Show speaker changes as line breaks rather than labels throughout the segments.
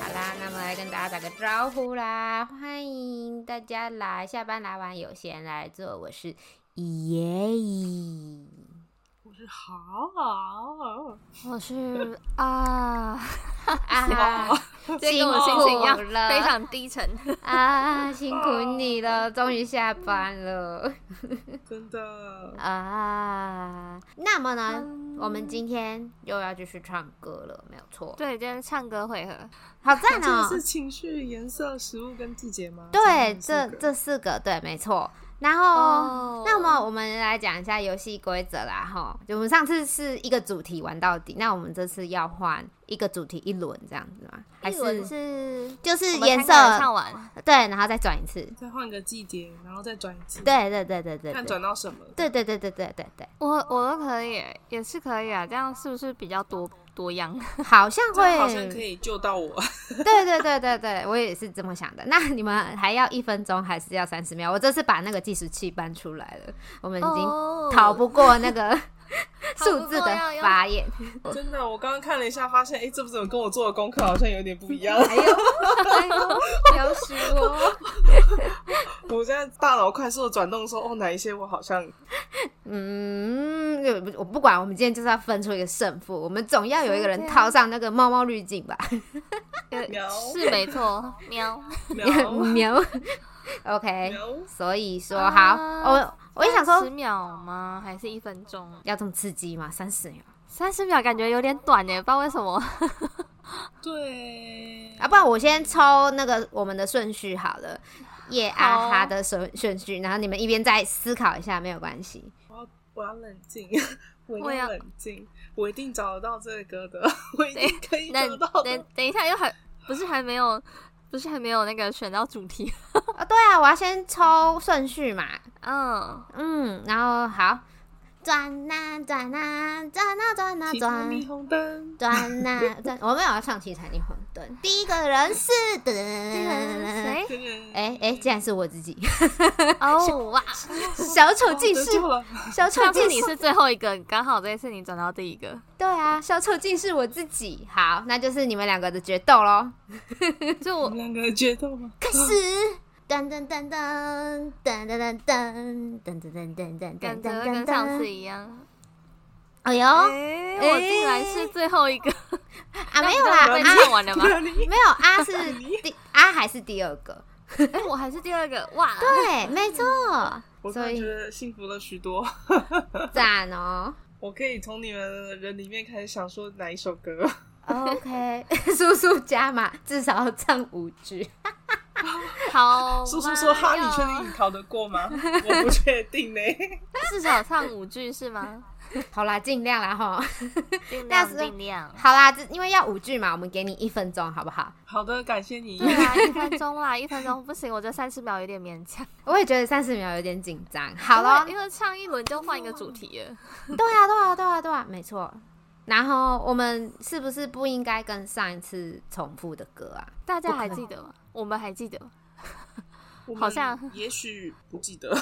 好啦，那么来跟大家打个招呼啦，欢迎大家来下班来玩，有闲来做，我是爷爷，
我是好，
我是啊
啊，
这跟我心情一样，非常低沉。
啊，辛苦你了，终于下班了。
真的，
啊，那么呢，我们今天又要继续唱歌了，没有错，
对，今天唱歌回合，
好赞
这个
哦、
是情绪、颜色、食物跟季节吗？
对，
这
这
四个
这四个对，没错。然后
哦
那么我们来讲一下游戏规则啦，哈，就我们上次是一个主题玩到底，那我们这次要换一个主题一轮这样子吗？还
一轮
是
是
就是
我们
颜
三个人
色
唱完，
对，然后再转一次，
再换个季节，然后再转一次，，
对对对对对
看
对
转到什么。
对对对对对对对，
我我都可以，也是可以啊，这样是不是比较多多样？
好像
这
会
样好像可以 救到我，
对对对对对，我也是这么想的。那你们还要一分钟，还是要三十秒？我这次把那个计时器搬出来了，我们已经
哦
逃不过那个
逃不
数
过
字的
要要
法眼。
真的。我刚刚看了一下，发现哎，这不怎么跟我做的功课好像有点不一样。
哎呦要死我！
我现在大脑快速的转动说，哦，哪一些我好像
嗯，我不管，我们今天就是要分出一个胜负，我们总要有一个人
是这样
套上那个猫猫滤镜吧？
喵
呃是没错， 喵。
喵
喵，OK。
喵
所以说，好，
啊
我我也想
十
说，
秒吗？还是一分钟？
要这么刺激吗？三十秒
三十秒感觉有点短耶，不知道为什么。
对
啊，不然我先抽那个我们的顺序好了，叶啊哈的顺顺序，然后你们一边再思考一下，没有关系。
我要我要冷静，
我
我
要
要冷静，我一定找得到这个歌的， 我一定可以
那
找到
等
的。
等一下又还不是还没有，不是还没有那个选到主题。
啊，对啊，我要先抽顺序嘛，
嗯，
嗯，然后好，转呐转呐转呐转呐
其他
转
霓。虹灯，
转呐转，我们有要唱《七彩霓虹灯》。第一个人是，这
这个人？嗯谁？
哎哎，竟然是我自己，
哦哇！
小丑竟
得
是，
救了，
小丑
上次
竟
你
是，
是最后一个，刚好这一次你转到第一个，
对啊，小丑竟是我自己。好，那就是你们两个的决斗喽。
就
我
我
们两个决斗吗？
开始。噔噔噔噔噔噔噔噔噔噔噔噔噔
感觉跟上次一样。
哎呦啊
哎，我竟然是最后一个，
没有
那
啦，
不就
啊
唱完了吗？
没有啊是第啊还是第二个？
哎，我还是第二个，哇！
对，没错，
我突
所
然觉
以
得幸福了许多。
赞哦。
我可以从你们的人里面开始想说哪一首歌，
OK，叔 叔加码，至少要唱五句。
好，
叔叔说哈，你确定你考得 过吗？我不确定呢。
至少唱五句是 吗？
好啦，尽量啦哈。
尽
那
量
是
尽量。
好啦，这因为要五句嘛，我们给你一分钟，好不好？
好的，感谢 你。
对啊，一分钟啦，一分钟不行，我这三十秒有点勉强。
我也觉得三十秒有点紧张。好咯，
因为因为唱一轮就换一个主题了。
对啊，对啊，对啊，对啊，没错。然后我们是不是不应该跟上一次重复的歌啊？
大家还记得吗？我们还记得吗？
我们
好像
也许不记得，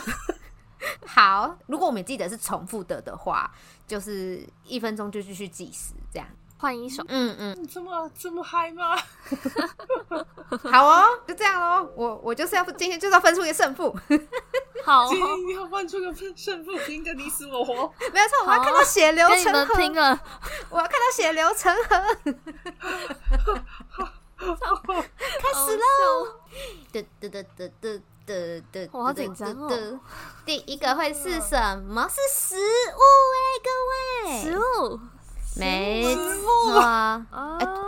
好，如果我们记得是重复的的话，就是一分钟就继续计时，这样。
换一首，
嗯 嗯，
你这么这么嗨吗？
哦好哦，就这样喽。我我就是要今天就是要分出一个胜负，
好，
今
跟
天要换出个胜负，拼个你死我活。
没有错，我要看到血流
你
成
们
河，
拼了，
我要看到血流成河。
哦
开始喽！
嘟嘟嘟嘟嘟嘟嘟，
我好紧张哦
嘟。嘟第一个会是什么？是食物哎、
食
各位，
物
没错。
啊，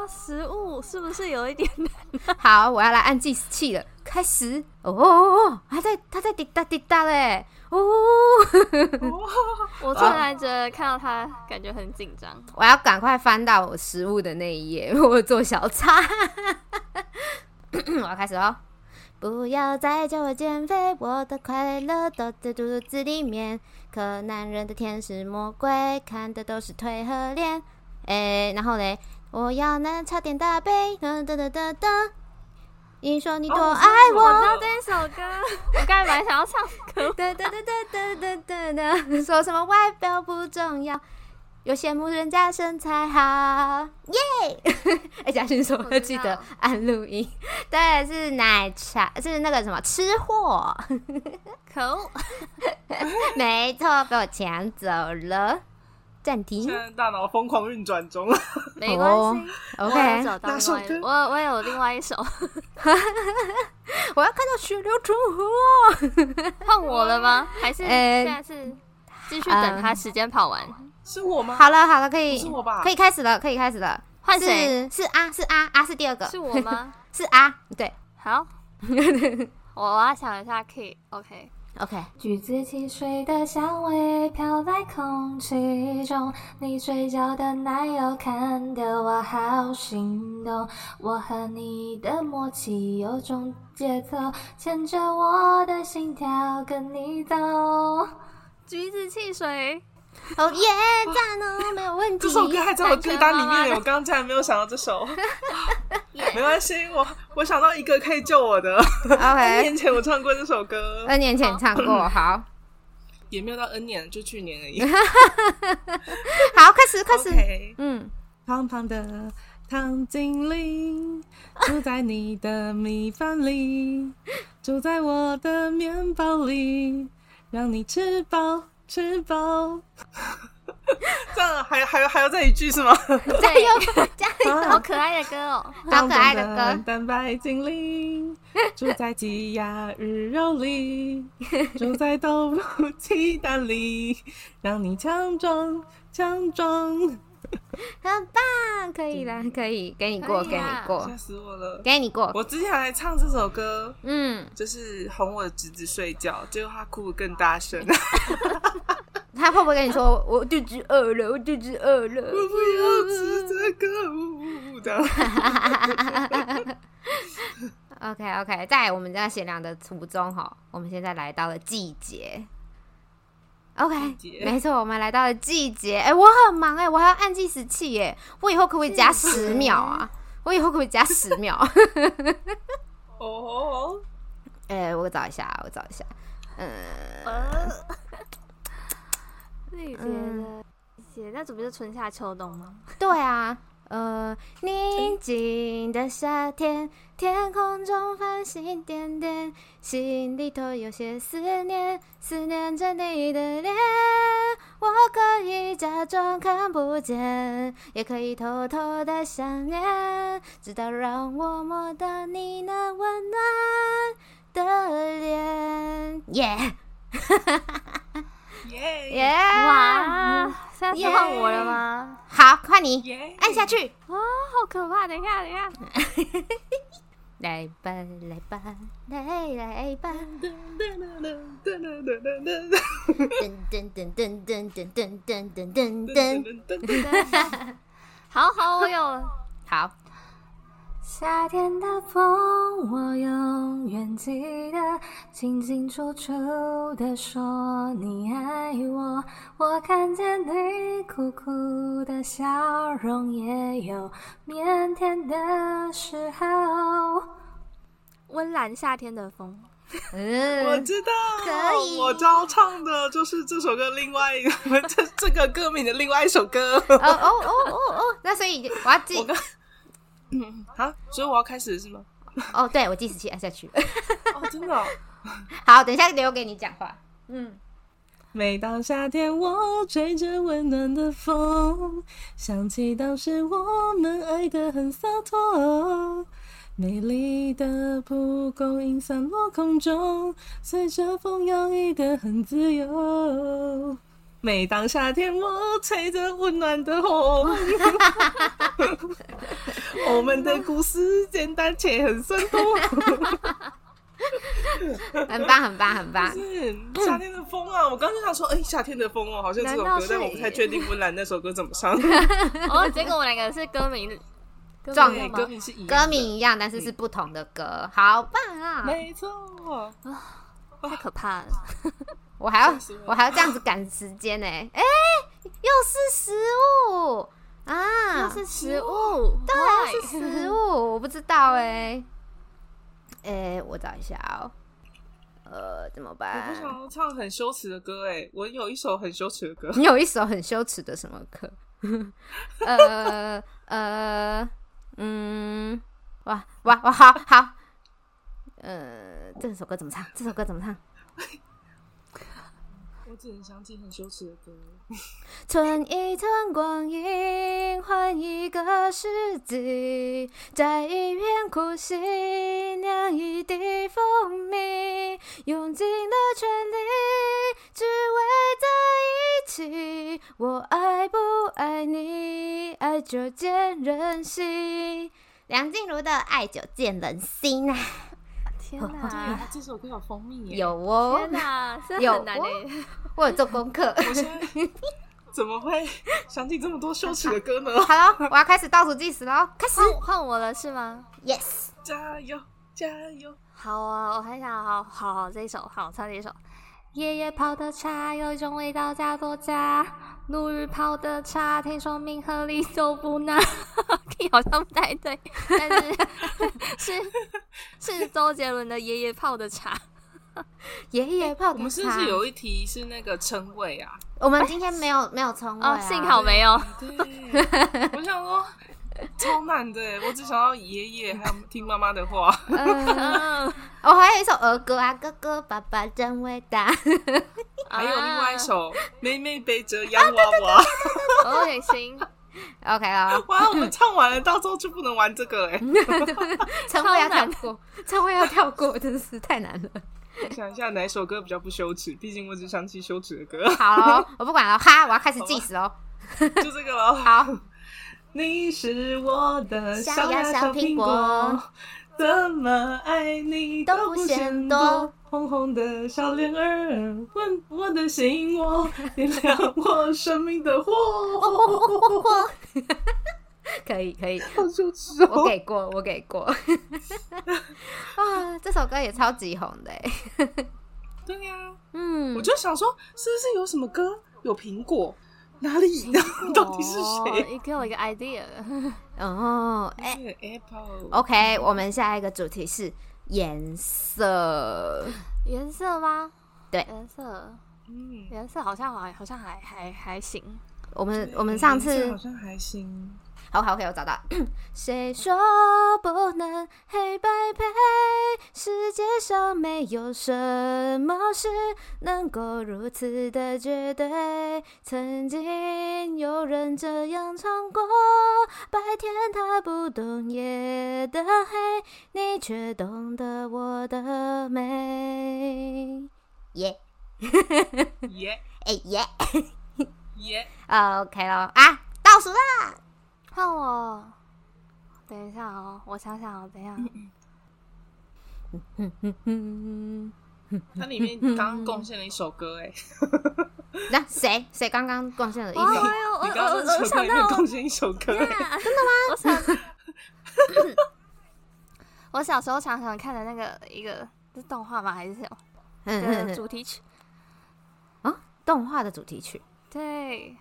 食物是不是有一点难？
好，我要来按计时器了，开始。哦哦哦哦，还在，它在滴答滴答嘞。哦，
我突然觉得看到他，感觉很紧 张。
我要赶快翻到我食物的那一页， 我做小差。 我要开始喽。不要再叫我减肥，我的快乐都在肚子里面。可男人的天使魔鬼，看的都是腿和脸。哎、然后嘞，我要能差点大杯，噔噔噔噔噔。你说你多
哦我知
爱
道
我，
我知道这首歌， 我刚才本来想要唱 歌，
哒哒哒哒哒哒哒， 说什么外表不重要，有羡慕人家身材好，耶！ 哎，贾勋说
我知
要
道
记得按录音，对，是奶茶，是那个什么吃 货，
可恶！
没错，被我抢走了。暂停
现在大脑疯狂运转中了。
没关系我有
哦，OK，
找到
哪
另
首
外一
歌
我我有另外一首，
我要看到血流成河。
换我了吗？还是
呃
现在是继续等他时间跑完？
是我吗？
好了好了，可以
不是我吧
可以开始了，可以开始了。
换谁？
是是啊是啊啊是第二个，
是我 吗？
是啊，对
好，我我要想一下 key。OK，
，OK，
橘子汽水的香味飘在空气中，你嘴角的奶油看得我好心动。我和你的默契有种节奏，牵着我的心跳跟你走。
橘子汽水，
哦耶，赞哦，没有问题。
这首歌还在我歌单里面，我刚刚竟然没有想到这首。 没关系，我我想到一个可以救我 的。N
OK，
年前我唱过这首歌，
二年前唱过，好，
也没有到 N 年，就去年而 已。
好，开始，开始，
OK
嗯，
胖胖的糖精灵住在你的米饭里，住在我的面包里，让你吃饱吃饱。 这样还还还要再一句是吗？
加油， 加油，
好可爱的歌哦！
好可爱的歌
胖胖蛋白 精灵住在鸡鸭鱼肉里，住在豆腐鸡蛋里，让你强壮强壮。
很棒，可以啦，可以，给你过，
可
给
以
你
啊
过
吓，死我了！
给你过，
我之前还唱这首歌，
嗯，
就是哄我侄子睡觉，结果他哭得更大声。
他会不会跟你 说我肚子饿了，我肚子饿 了？
我不要吃这个，呜呜呜的。
OK OK，在我们在闲聊的途中哈，我们现在来到了季节。OK，
季节
没错，我们来到了季节。哎、我很忙哎、我还要按计时器耶、我以后可不可以加十秒啊？我以后可不可以加十秒？啊
哦，
哎、我找一下，我找一下。
季节
嗯
的季节，那这不是春夏秋冬吗？
对啊，呃，宁静的夏天，天空中繁星点点，心里头有些思念，思念着你的脸。我可以假装看不见，也可以偷偷的想念，直到让我摸到你那温暖的脸。耶
耶
耶！
哇，现在是换我了吗？
好，换你，
耶
按下去。
啊，好可怕！等一下，等一下，
来吧，来吧，来来吧，噔噔噔噔噔噔噔噔噔噔噔。
好好，我有。
好，
夏天的风，我永远记得，清清楚楚的说你爱我。我看见你酷酷的笑容，也有腼腆的时候。
温岚夏天的风，
我
嗯，
知道，
可以
我教唱的就是这首歌另外一个 这这个歌名的另外一首歌。
哦哦哦哦哦，那所以我要记
我，刚，啊，所以我要开始是吗？
哦，对，我计时器按下去。
哦，真的哦、
好，等一下留给你讲话。嗯，
每当夏天，我吹着温暖的风，想起当时我们爱得很洒脱。美丽的蒲公英散落空中，随着风摇曳得很自由。每当夏天，我吹着温暖的风，我们的故事简单且很生动。
很棒，很棒，很棒。
是夏天的风啊！我刚就想说，哎、夏天的风哦、好像这首
嗯难道
歌
是，
但我不太确定温岚那首歌怎么 唱。
哦，结果我们两个是歌名，
撞
对，歌名是一样的
歌名一样，但是是不同的歌，好棒啊！
没错。
太可 怕了。
我还要
吓死我了
我还要这样子赶时间呢、哎、又是食物啊，
是食物，
对啊，是食物，我不知道哎、哎、我找一下哦。呃，怎么
我
办
不？想要唱很羞耻的歌哎，我有一首很羞耻的歌，
你有一首很羞耻的什么歌？ 呃呃，嗯，哇哇哇，好好。呃，这首歌怎么唱？这首歌怎么唱？
我只能想起很羞耻的歌。
存一寸光阴，换一个世纪，摘一片苦心，酿一滴蜂蜜，用尽了全力，只为在一起。我爱不爱你，爱久见人心。梁静茹的《爱久见人心》啊，
天
对
哪，
啊，这首歌有蜂蜜耶。
有哦
天，哪，这
有
很难欸
哦
诶。
我有做功课。
我现在怎么 会想起这么多羞耻的歌呢？
好了，我要开始倒数计时喽，开始
换换我了是吗？
，yes。
加油，加油！
好啊，我还想好好好这一首，好唱这一首。爷爷泡的茶有一种味道叫做家，路日泡的茶听说名和利都不 难，好像不太对， 但是是是周杰伦的爷爷泡的 茶。
爷爷泡
我
的
们是不
茶
是有一题是那个称谓 啊？
我们今天没 有没有称谓、
哦
啊，
幸好没有。
对，我想说超难的耶，我只想要爷爷，还有听妈妈的话。
呃
嗯，
我还有一首儿歌啊，哥哥爸爸真伟大。
还有另外一
啊。
首《妹妹背着洋娃
啊
娃》。
OK，行， 啊
OK 啊，
哇，我们唱完了，到时候就不能玩这个欸嘞。
嗯称谓要跳过，称谓要跳过，真是太难了。
我想一下哪一首歌比较不羞耻，毕竟我只想起羞耻的 歌，
好咯，我不管了，哈，我要开始计时喽。
就这个了。
好，
你是我的小呀
小呀小
小
苹
苹
果
果，怎么爱你
都
都
不
不
嫌
嫌
多
多。红红的小脸儿，问我的心窝，点亮我生命的 火。
哦可以可以，
好羞耻
我
哦！
给过，我给 过。哇，这首歌也超级红的欸，
对呀、我
嗯，
就想说，是不是有什么歌有苹果？哪里？到底是
哦
谁？
你给我一个 idea。
哦，哎、哦
是 Apple。
o k 我们下一个主题是颜色。
颜色吗？
对
颜色，
嗯，
颜色好像还好像还还还行。
我们我们上
嗯这
次
好像还行。
好好，OK，我找到。 谁说不能黑白配？世界上没有什么事能够如此的绝对。曾经有人这样唱过：白天他不懂夜的黑，你却懂得我的美。耶，
耶
哎耶
耶！
，OK 咯啊，倒数啦！
换我，等一下哦，我想想哦，等一下。
它里面刚刚贡献了一首歌，哎，
那谁谁刚刚贡献了一
哇，我
首？
有，我
你刚
哦
嗯
刚
哎我我
在车
我
库
想
里
到
面
我
贡献一首歌，哎，
啊，真的吗？我想， 我小时候常常看的那个一个是动画吗？还是什么
嗯嗯
的
嗯
主题曲？
啊，动画的主题曲。
对，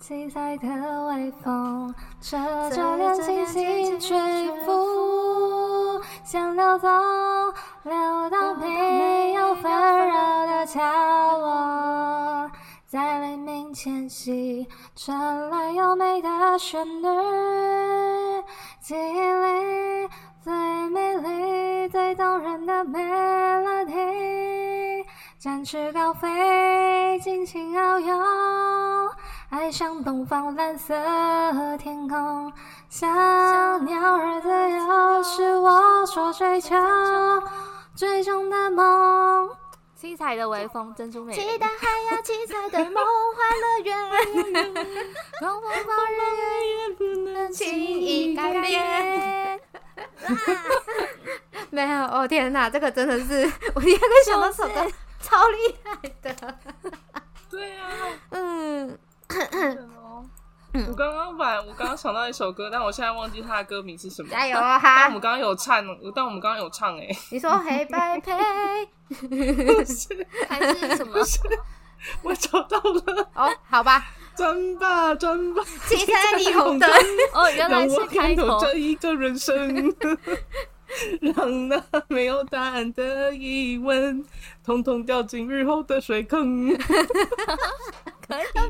七彩的微风，扯着亮晶晶吹拂，想溜走，溜到没有纷扰的角落，在黎明前夕传来优美的旋律，记忆里最美丽、最动人的 melody，展翅高飞，尽情遨游。爱上东方蓝色天空，像鸟儿自由，是我所追求最终的梦。
七彩的微风，珍珠美人
期待还有七彩的梦幻乐园，
东方人也不能
轻易改变。 没有，哦天哪，这个真的是我第二个想到这首歌，超厉害 的。
对啊，
嗯，
我刚刚把我刚刚想到一首歌，但我现在忘记它的歌名是什么。
加油 啊
但
哈！
我们刚刚有唱，但我们刚刚有 唱，哎，
你说黑白 配，
还是什么？
我找到了，
哦，好吧，
转吧转吧，
七彩霓虹灯。
哦，原来
让
是
我看
开
懂
头。
这一个人生。让那没有答案的疑问，统统掉进日后的水坑。
可以，
棒！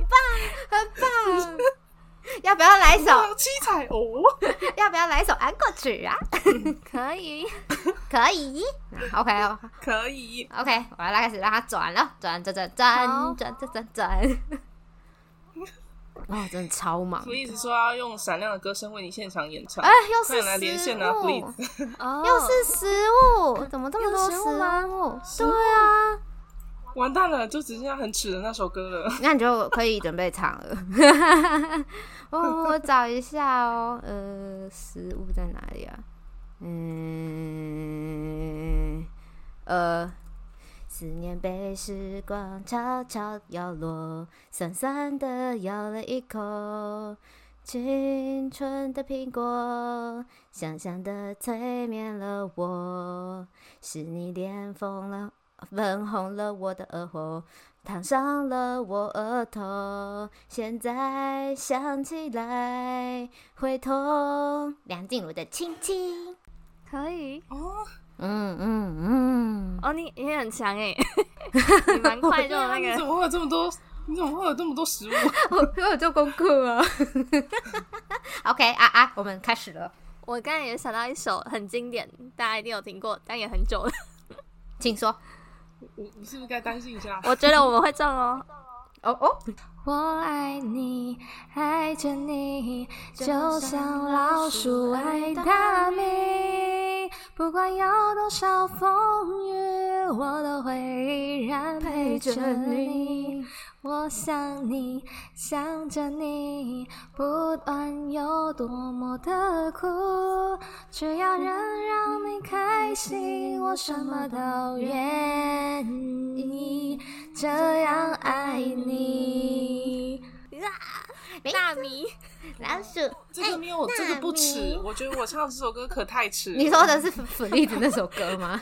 要不要来一首？
哇七彩哦，
要不要来一首安过曲啊？
可以，
可以。OK 哦
可以。
OK，我要开始让它转了，转转转转
好
转转转转。 哦，真的超忙
弗。利子说要用闪亮的歌声为你现场演唱
哎，，又
快
是
点来连
食
线啊，弗利
物，
子。
哦，
又是食物，怎么这么多
有
食
食物吗
物？
对啊，完蛋了，就只剩下很耻的那首歌了。
那你就可以准备唱了。 哦，我找一下哦，呃，食物在哪里啊？嗯，呃，思念被时光悄悄摇落，酸酸的咬了一口。青春的苹果，香香的催眠了我，是你脸疯了，粉红了我的耳廓。烫伤了我额头，现在想起来会痛。梁静茹的亲亲，
可以。
哦，
嗯嗯嗯，
哦，你你很强哎，你蛮快就有那
哎你
个
怎么会有这么多？你怎么会有这么多食物？
我我有做功课啊。OK 啊啊，我们开始了，
我刚才也想到一首很经典，大家一定有听过，但也很久了。
请说。
你你是不是该担心一下？哎
我觉得我们会中哦。
哦哦，
我爱你，爱着你，就像老鼠爱大米。不管有多少风雨，我都会依然陪着你。我想你，想着你，不管有多么的苦，只要能让你开心，我什么都愿意。这样爱你。
大米，
老鼠，
这个没有，这个不耻
那。
我觉得我唱这首歌可太耻了。
你说的是粉粉栗子那首歌吗？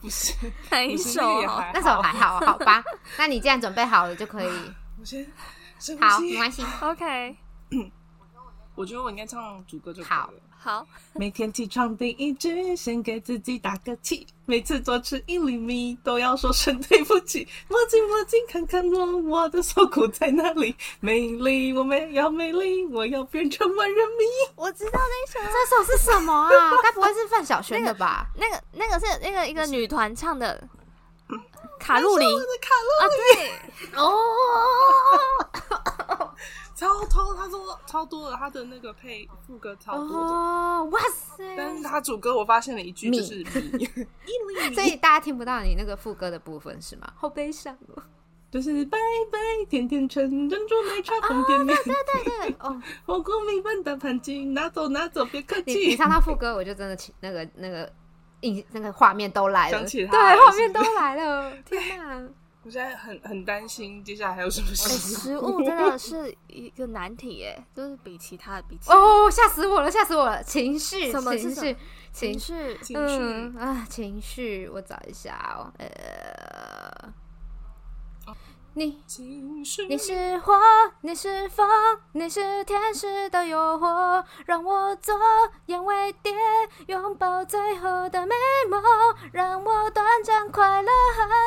不是？
哪一
不是
首
那个也
哦？
还
那首 还好，好吧。那你既然准备好了，就可 以。
我先深呼
好，没
吸。
关系。
OK，
我觉得我应该唱主歌就可以
好
了。
好，
每天起床第一句，先给自己打个气。每次多吃一厘米，都要说声对不起。摸进摸进，看看我，我的锁骨在哪里？美丽，我们要美丽，我要变成万人迷。
我知道那首，
这首是什么 啊？该不会是范晓萱的 吧？
那个那个是那个一个女团唱的《卡路里》
嗯我的卡路
啊，对，
哦
超超，他说超多了，他的那个配副歌超多的，
哦，哇塞！
但是他主歌我发现了一句
米
就是米，一 厘
所
米。
以大家听不到你那个副歌的部分是吗？好悲伤哦。
就是拜拜，甜甜圈，珍珠奶茶，红点点，
对对对 哦，
火锅米饭大盘鸡，拿走拿走，别客
你你
气。
唱到副歌，我就真的起那个那个印那个画面都来了，哦
想
对，
起他了
画面都来 了，天哪！
我现在很很担心，接下来还有什么
哎
事？
食 物真的是一个难题耶，就是比其他的比起
哦，吓死我了，吓死我了！情绪，
什么是
情
什
绪
么，情
情绪，
绪
情
嗯
绪
啊，情绪，我找一下哦，呃，哦你
情绪，
你是火，你是风，你是天使的诱惑，让我做眼为蝶，拥抱最后的美梦，让我短暂快乐，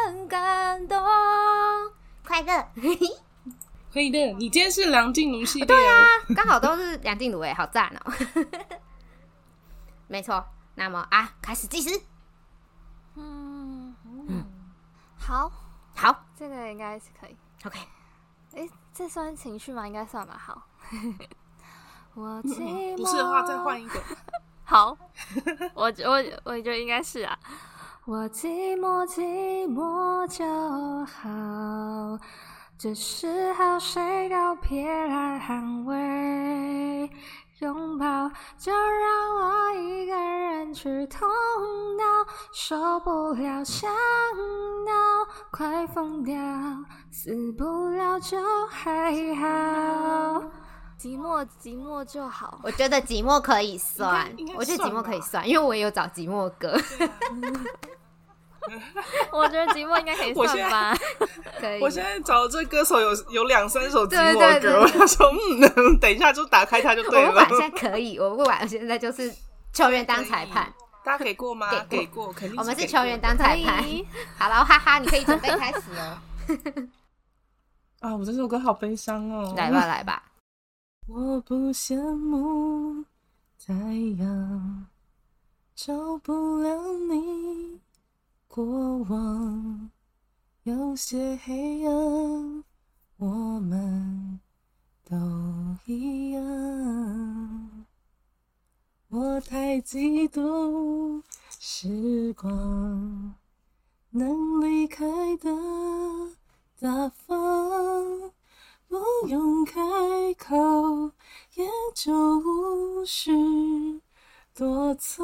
很感动。啊快 乐，
可以的。你今天是梁静茹系列，哦
刚好都是梁静茹诶，好赞哦！ 没错，那么啊，开始计时，
嗯，好，
好
这个应该是可以。
，OK，
诶，这算情绪吗？应该算吧。好，我
嗯
寂
嗯
哎
寞。
不是的话再换一个。
好，我我我觉得应该是啊。
我寂寞寂寞就好，这时候谁都别来捍卫拥抱，就让我一个人去痛悼，受不了想闹，快疯掉，死不了就还好。
寂寞寂寞就好。
我觉得寂寞可以算
应该应该，
我觉得寂寞
算吧
可以算，因为我也有找寂寞歌，
我觉得寂寞应该可以
我现
算吧。
可以
我。现在找这歌手有有两三首寂
对对
寞歌，
对
我想说，嗯，等一下就打开它就对
我不
了
管。现在可以，我不管现在就是球员当裁判，
大家给过吗？
给
给过，肯定
我们
是
是
给
球员
过
当
可
裁判。
以。
好了，哈哈，你可以准备开始 哦。
啊！我这首歌好悲伤哦。
来吧，来吧，
我不羡慕太阳，照不了你过往。有些黑暗，我们都一样。我太嫉妒时光，能离开的大方。不用开口，也就无需躲藏。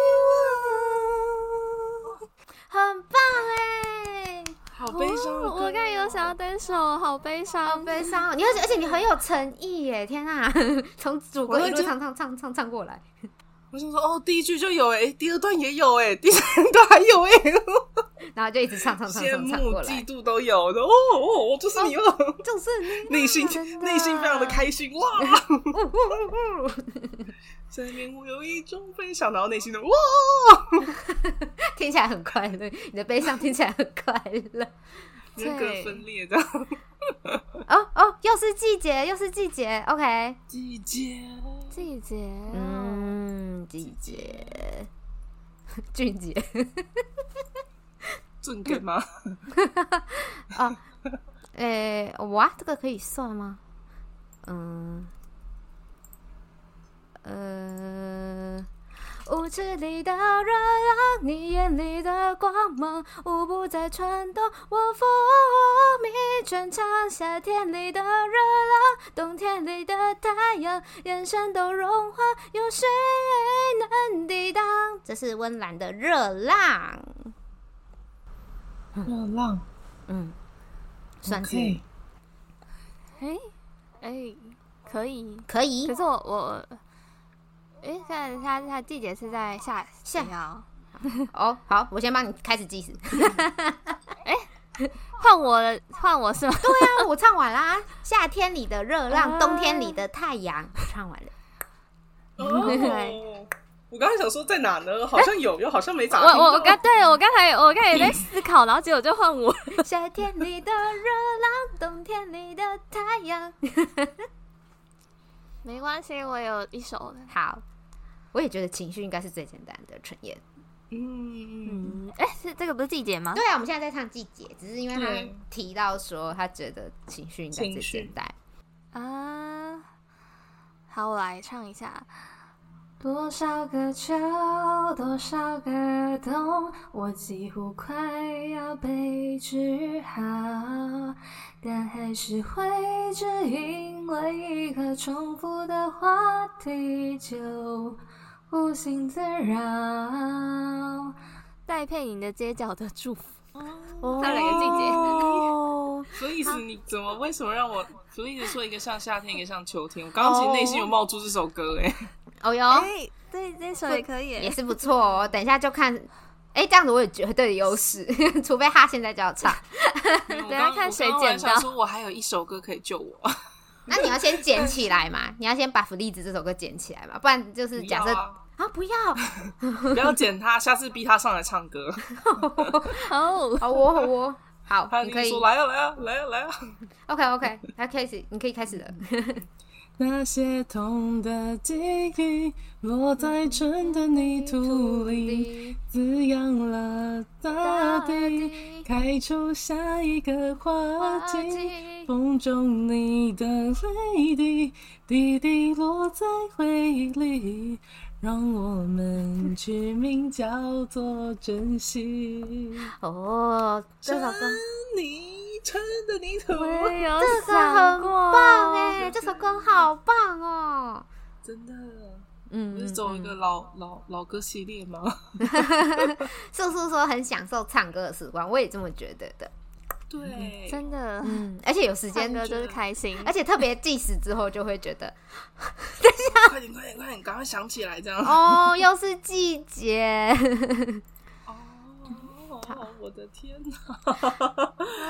忘。
很棒哎，
好悲伤、
哦我刚才有想要这首，好悲
好
伤。
悲伤哦！你而且而且你很有诚意耶，天啊， 从主歌一路唱唱唱唱唱过来，
我想说，哦，第一句就有哎、第二段也有哎、第三段还有哎、
然后就一直唱唱唱
羡
唱唱
慕
过、来
嫉。妒都有。我说哦哦，就是你了，
就是 你
内心
真的
内心非常的开心哇！
呜呜呜 呜，
身边我有一种分享，然后内心的哇，
听起来很快乐，你的悲伤听起来很快乐。
人格
对
分裂的
哦哦，又是季节，又是季节，OK。
季节。
季节，啊
嗯，季节， 俊杰
正给吗？
哦，诶、哇，这个可以算吗？嗯，呃。舞池里的热浪，你眼里的光芒，舞步在传动我风靡全场。夏天里的热浪，冬天里的太阳，眼神都融化，有谁能抵挡？这是温岚的《热浪》，
热浪
嗯，算是
，OK，
哎哎，可以。
可以
可是我我，哎，现在它它季节是在夏
夏
天啊。
哦。好，我先帮你开始计时。对
换我了，换我 是吗？
啊，我唱完啦。夏天里的热浪，
啊
冬天里的太阳，嗯我唱完了。
哦，我刚才想说在哪呢？好像有，又好像没咋
我
听到
我我刚对我刚才我刚才也在思考，然后结果就换我。
夏天里的热浪，冬天里的太阳。
没关系，我有一首了。
好， 我也觉得情绪应该是最简单的。陈燕，
嗯，
嗯，哎，是这个不是季节吗？
对啊，我们现在在唱季节，只是因为他
对
提到说他觉得情绪应该最
情绪
简单。
啊，好，我来唱一下。
多少个秋，多少个冬，我几乎快要被治好，但还是会只因为一个重复的话题就无心自扰。
戴佩妮的《街角的祝福》
哦
到了一个季节
哦，
所以思你怎么为什么让我所以一直说一个像夏天，一个像秋天？我刚刚其实内心有冒出这首歌哎、
哦哟，
哎，对，这首也可以
也
耶。
是不错哦。等一下就看，哎、这样子我也绝对有优势， 除非他现在就要 唱。
没有我
等
刚
下看谁
我刚刚
剪刀
想说我还有一首歌可以救我，
那你要先捡起来嘛，你要先把《福利子》这首歌捡起来嘛，不然就是假设
不要
啊
啊
不要
不要剪他，下次逼他上来唱歌。
哦，
好我好我好，
他
你
你
可以
说来啊来啊来啊来啊！
OK OK，他
嗯
开始，你可以开始了。
那些痛的记忆落在春的泥土里，滋养了大地，开出下一个话题。风中你的泪滴，滴滴落在回忆里，让我们取名叫做珍惜。
哦，这首歌
泥春的泥土，
我有
这首歌
想
很
过，
棒哎，这首歌好棒哦。
真的。
嗯，
不是走一
嗯
个老、老老歌系列吗？
素素说很享受唱歌的时光，我也这么觉得的。
对，
真的，
嗯，而且有时
唱
间
歌就是开心，
而且特别计时之后就会觉 得，
快点快点快点，赶快想起来这样。
哦，又是季 节，
哦，我的天 哪！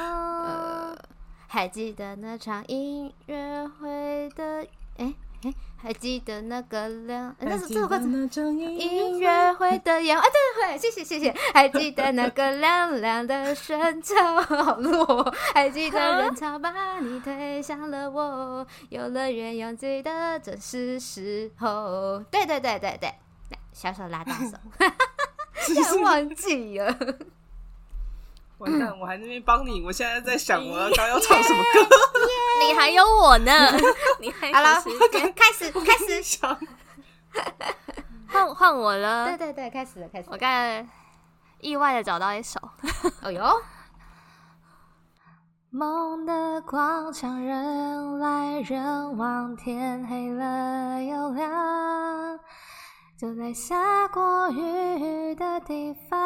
呃，还记得那场音乐会的，哎哎，还记得那个亮，那是这首歌怎么
那张
音乐会的眼，啊，对对对，谢谢谢谢，还记得那个亮亮的深秋，好弱，还记得人潮把你推向了我，游乐园拥挤的正是时候，对对对对对，来小手拉大 手，竟然忘记了，
完蛋，我还在那边帮你，我现在在想我要刚要 唱什么歌，
你还有我呢，你 还
好了
有时，
开始开始，
想
换换我了，
对对对，开始了开始
我
了，
刚才意外的找到一首，
哦哟，
梦的广场，人来人往，天黑了又亮。就在下过雨的地方，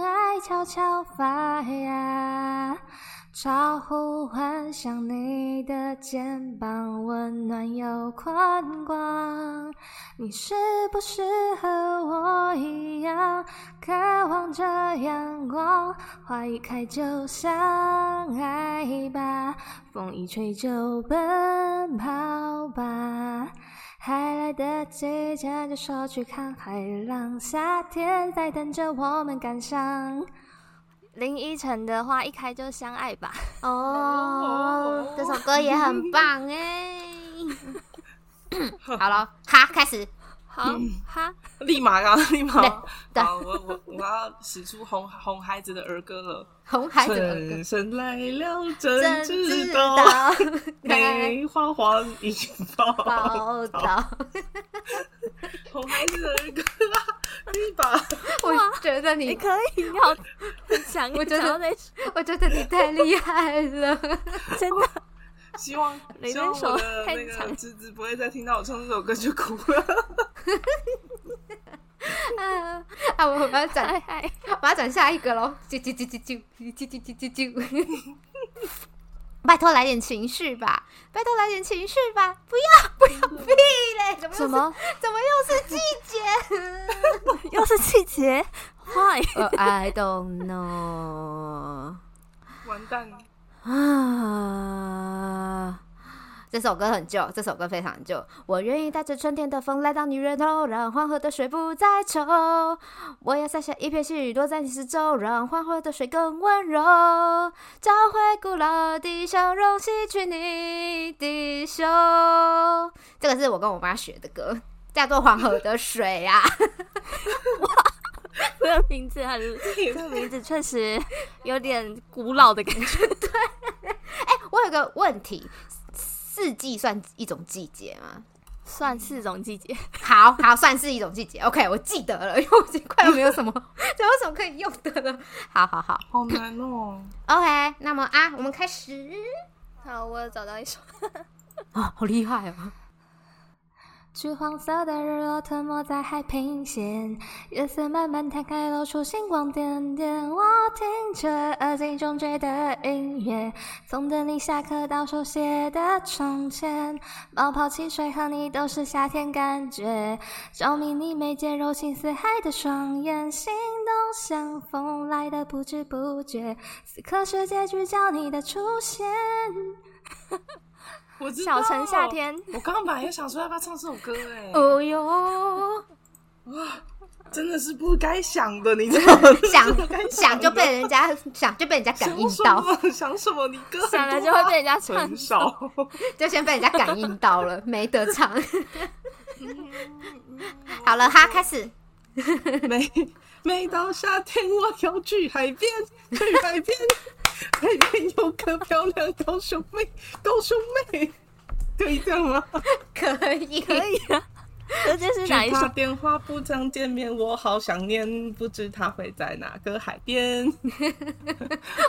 爱悄悄发芽。超乎幻想，你的肩膀温暖又宽广。你是不是和我一样，渴望着阳光？花一开就相爱吧，风一吹就奔跑吧。还来得及牵着手去看海浪，夏天在等着我们赶上。
林依晨的话一开就相爱吧，
哦，这首歌也很棒哎，好了，哈，开始。
好哈，
立马 啊，立马
对对
好，我我我要使出哄哄孩子的儿歌了。
红孩子的歌
春生来了，
真
真
知
知
道
道，，
来
梅花黄已报。
报道。
哄孩子的儿歌啊，立马
我觉得你，
可以，你好，很 强，
我觉得
想要那首
我觉得你太厉害了。
真的
希望
雷
希望
电手
我的
太
那个
惨
侄子不会再听到我唱这首歌就哭了。
啊，啊我我要
太
转，
爱，
我要转下一个喽！啾啾啾啾啾啾啾啾啾啾。 拜托来点情绪吧，拜托来点情绪吧！不要 不要屁嘞！怎么又是
什么？
怎么又是季节？
又是季 节坏，
呃 I don't know。
完蛋了，
啊，这首歌很旧，这首歌非常旧。我愿意带着春天的风来到你源头，让黄河的水不再愁。我要撒下一片细雨落在你四周，让黄河的水更温柔。找回古老的笑容，洗去你的羞。这个是我跟我妈学的歌，叫做《黄河的水》啊。
这个名字很，这个名字确实有点古老的感觉。
我有个问题，四季算一种季节吗？
算四种季节，
好好，算是一种季节。OK，我记得了，因为我已经快要没有 什么，没有什么可以用的了。好好好
好难哦。
，OK，那么啊，我们开始。
好，我有找到一首，
哦，好厉害哦！
橘黄色的日落吞没在海平线，夜色慢慢摊开，露出星光点点。我听着耳机中追的音乐，从等你下课到手写的从前，冒泡汽水和你都是夏天感觉，着迷你眉间柔情似海的双眼，心动像风来的不知不觉，此刻是结局叫你的出现。
我知道
小城夏。 天，嗯
我刚刚本来也想说要不要唱这首歌哎、
哦哟，
真的是不该想的，你 知道吗？
想想就被人家想就被人家感应
想什
到，
么？想什么？你歌很
想了
多
就会被人家
啊
唱
很。少。
就先被人家感应到了，没得唱。好了哈，开始。
每每到夏天，我要去海边，去海边， 海边有个漂亮高雄妹，高雄妹，可以这样吗？
可以，
可以啊， 这就是哪一
他
首？
电话不常见面，我好想念，不知他会在哪个海边。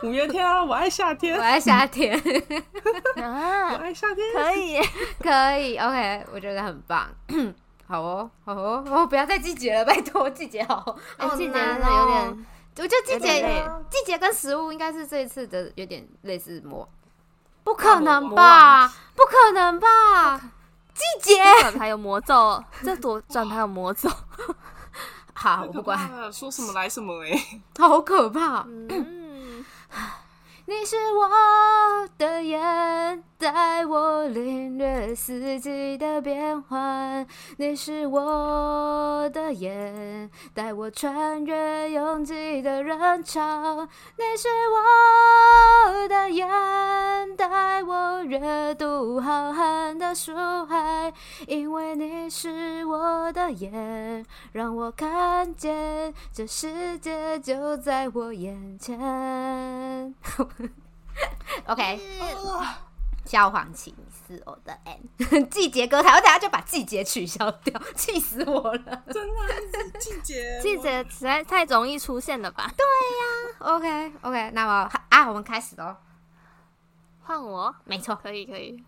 五月天啊，我爱夏天
我，爱 夏天，
我
啊，
爱夏天。
可以 耶，
可以，OK，我觉得很棒。 好哦，好哦，哦，不要再季节了，拜托，季节好，哎、
好
季节
难
真的有
哦
点我觉得季
有点
节
累
季节跟食物应该是这一次的有点类似魔，不可能
魔
吧？不可能吧？季节
这 转盘有魔 咒，这左转盘有魔咒。
好，
太
我
可
不
怕
管，
了，说什么来什么哎、
好可怕。
嗯，
你是我的眼，带我领略四季的变换。你是我的眼，带我穿越拥挤的人潮。你是我的眼，带我阅读浩瀚的书海。因为你是我的眼，让我看见这世界就在我眼前。OK，小黄旗是我的 N，季 节歌台，我等下就把季节取消掉，气死我了。
真的啊这是季节，
记者实在太容易出现了吧？
OK OK，那么啊，我们开始喽。
换我，
没错，
可以可以。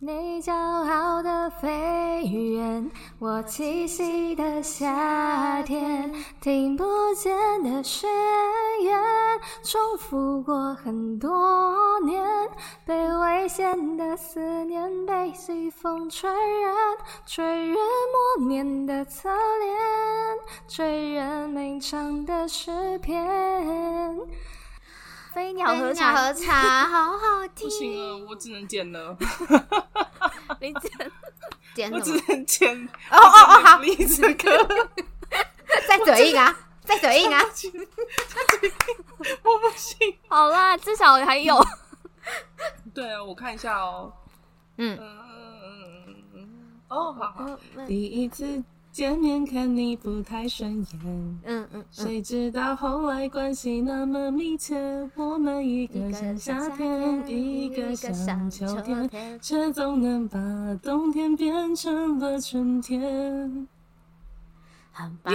你骄傲的飞远，我栖息的夏天，听不见的宣言，重复过很多年，被危险的思念被西风吹染，吹人默念的侧脸，吹人鸣唱的诗篇。
飞鸟
鸟
和茶，
喝 茶，哎啊好好
不行
听。
了，我只能剪了，
你 剪
点
我
什
只
么？
能剪。
哦哦哦，好，
栗 子哥，
再嘴硬啊，再嘴硬啊。
我不行。
好啦，至少还有。
对，我看一下哦。
嗯
嗯嗯嗯嗯。哦，好好。
嗯
第一次见面看你不太顺眼，
嗯嗯嗯，
谁知道后来关系那么密切，我们一个像
嗯
夏天，一个像秋天，
天。
却总能把冬天变成了春天。
很棒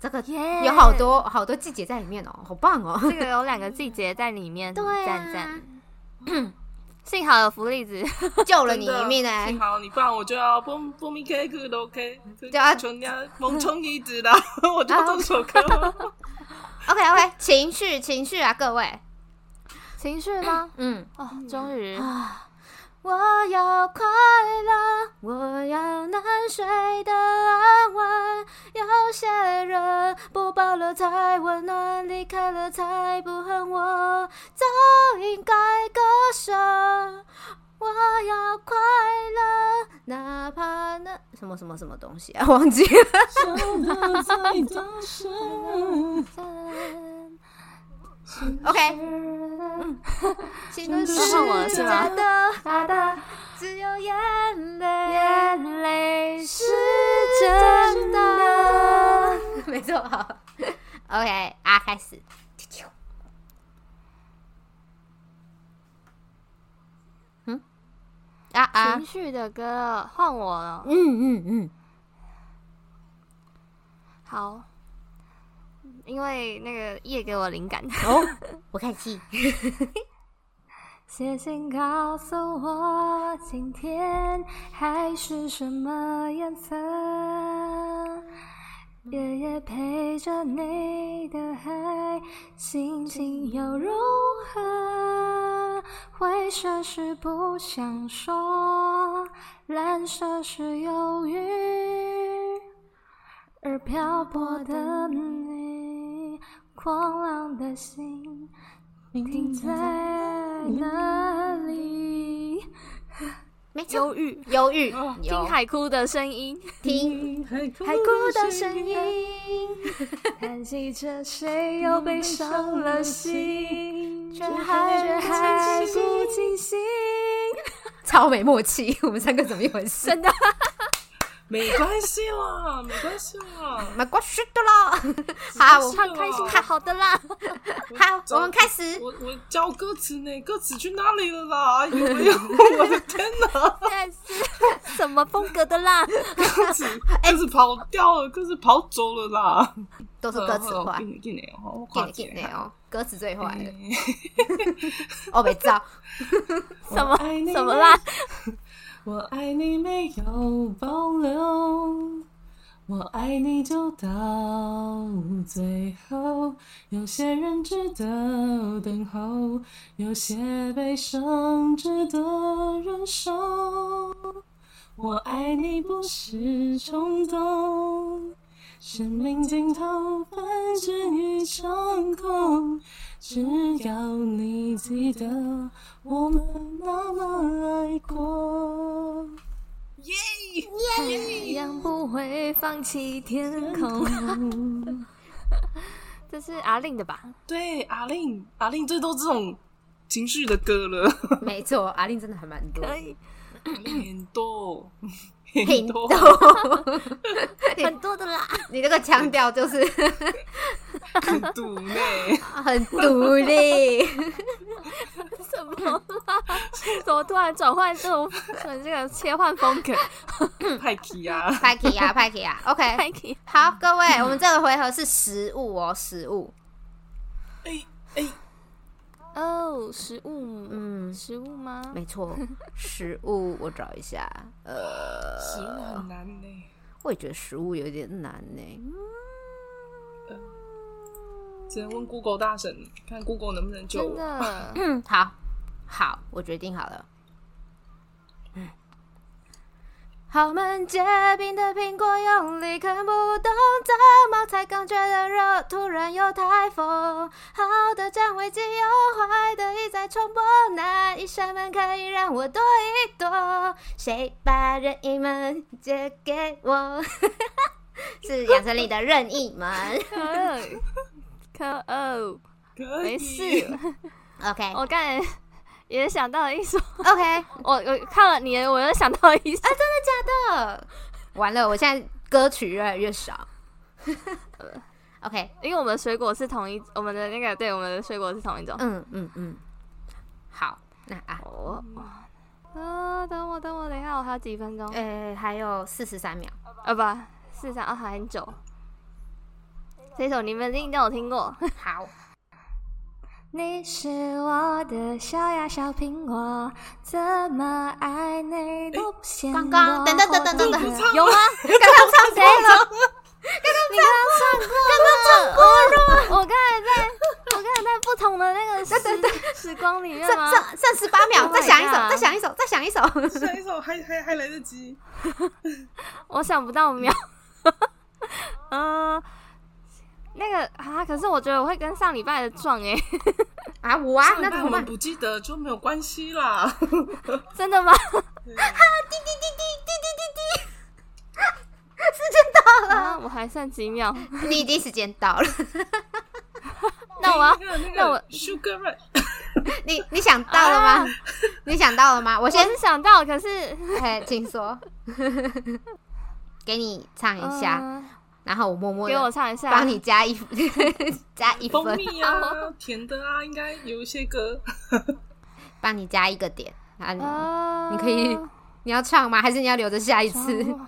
这个有好多好多季节在里面哦，好棒哦。
这个有两个季节在里面，
对
赞
啊
赞。，幸好有福利子，
救了
真
你
的
一命哎
幸！好你不然我就要蹦蹦米 K 歌都 OK，
对啊
纯娘萌冲一 直的，我就这首歌。
OK OK，情绪情绪啊，各位，
情绪吗？
嗯，
哦，终于，
我要快乐，我要能睡得安稳。有些人不抱了才温暖，离开了才不恨我，早应该割舍。我要快乐，哪怕那什么什么什么东西啊，忘记了。
真的在当时
OK，情嗯歌
是
换我了
是
是吗
假的，
哒哒。
只有眼泪
眼泪是
是真的，没错。好 OK 啊，开始。嗯啊啊
情，绪的歌换我了。
嗯嗯嗯，
好，因为那个叶给我 灵感。
哦，不客气。
写信告诉我今天海是什么颜色。夜夜陪着你的海，心情又如何？灰色是不想说，蓝色是忧郁，而漂泊的你，狂浪的心。停在哪里？
没错，
忧郁，
忧郁，
听海哭的声音，
听
海
海哭的声音，
叹息着谁又被伤了心，却
还
还
不
还不清醒。
超没默契。我们三个怎么一回事？
真的
没关系啦，没关系啦。
没关系的啦。好，我
唱开心就好的 啦。
好，我们开始。
我我教歌词呢，歌词去哪里了 啦？哎有没有？我的天哪，
但是什么风格的啦？
歌词
哎
歌词跑掉了，歌词跑走了啦。
都是歌词坏，
进进来哦，我
给
跨
你
界
给你哦，歌词最坏了。
哎
哦，别造，
什么
我爱你
什么啦？
我爱你没有保留，我爱你就到最后。有些人值得等候，有些悲伤值得忍受。我爱你不是冲动，生命尽头翻身于长空。只要你记得，我们那么爱过。
一样不会哎放弃天空。这是阿令的吧？
对，阿令，阿令最多这种情绪的歌 了，
没错，阿令真的还蛮多的，
可以，
阿令很多，
很
很多
多，
很多的啦。
你这个腔调就是
很毒呢。
很独立，
什么啦？ 怎么突然转换这种很这个切换风 格
派奇 啊，
派克呀，派克呀，OK，
？Nike
好，各位，我们这个回合是食物哦，食物，
哎哎，
哦，食物，
嗯，
食物吗？
没错，食物，我找一下，呃
食物很难呢。
我也觉得食物有点难呢，
只能问 Google 大神，看 Google 能不能救
真
我。
的
嗯，好，好，我决定好了。豪门结冰的苹果，用力啃不懂，怎么才刚觉得热，突然又台风。好的占为己有，坏的一再重播。哪一扇门可以让我躲一躲？谁把任意门借给我？ 是杨丞琳的任意门。
可爱可哎哦，
可以啊
没事。
OK
我刚才也想到了一首，
OK，
我我看了你的，我又想到了一首。
呃，完了，我现在歌曲越来越少。OK，呃
因为我们的水果是同一，我们的那个对，我们的水果是同一种。
嗯嗯嗯，好，那啊，
哦，啊，等我，等我，等一下，我还有几分钟。
呃，还有四十三秒，
啊不，四三二还很久。这首你们一定都有听 过。
好，
你是我的小呀小苹果，怎么爱你都不嫌多。
哎刚刚等等等等等等，
我
刚
的
刚唱谁了？
我刚才在，我刚才在不同的 那个时时光里面吗
剩？剩剩十八秒，
Oh
再
my
想一首，
God
再想一首，再想一首。
下一首还还还来得及。
我想不到秒。 嗯、那个啊，可是我觉得我会跟上礼拜的撞哎、
啊，我啊，
上
那
礼
怎
拜
么
我
办
们？不记得就没有关系啦。
真的吗？ 啊，我还剩几秒，
你已经时间到了，
那 我要
那个那
那我
个 Sugar Rush，
你你想到了吗
啊？
你想到了吗？我
我
先
是想到，可是
哎，请说， 给你唱一下，
嗯
然后我默默
给
的
我唱一下，
帮你加一 加一
蜂
分，
蜜啊，甜的啊，应该有一些歌。
帮你加一个点啊！你
啊，
你可以你要唱吗？还是你要留着下一
然
次？
后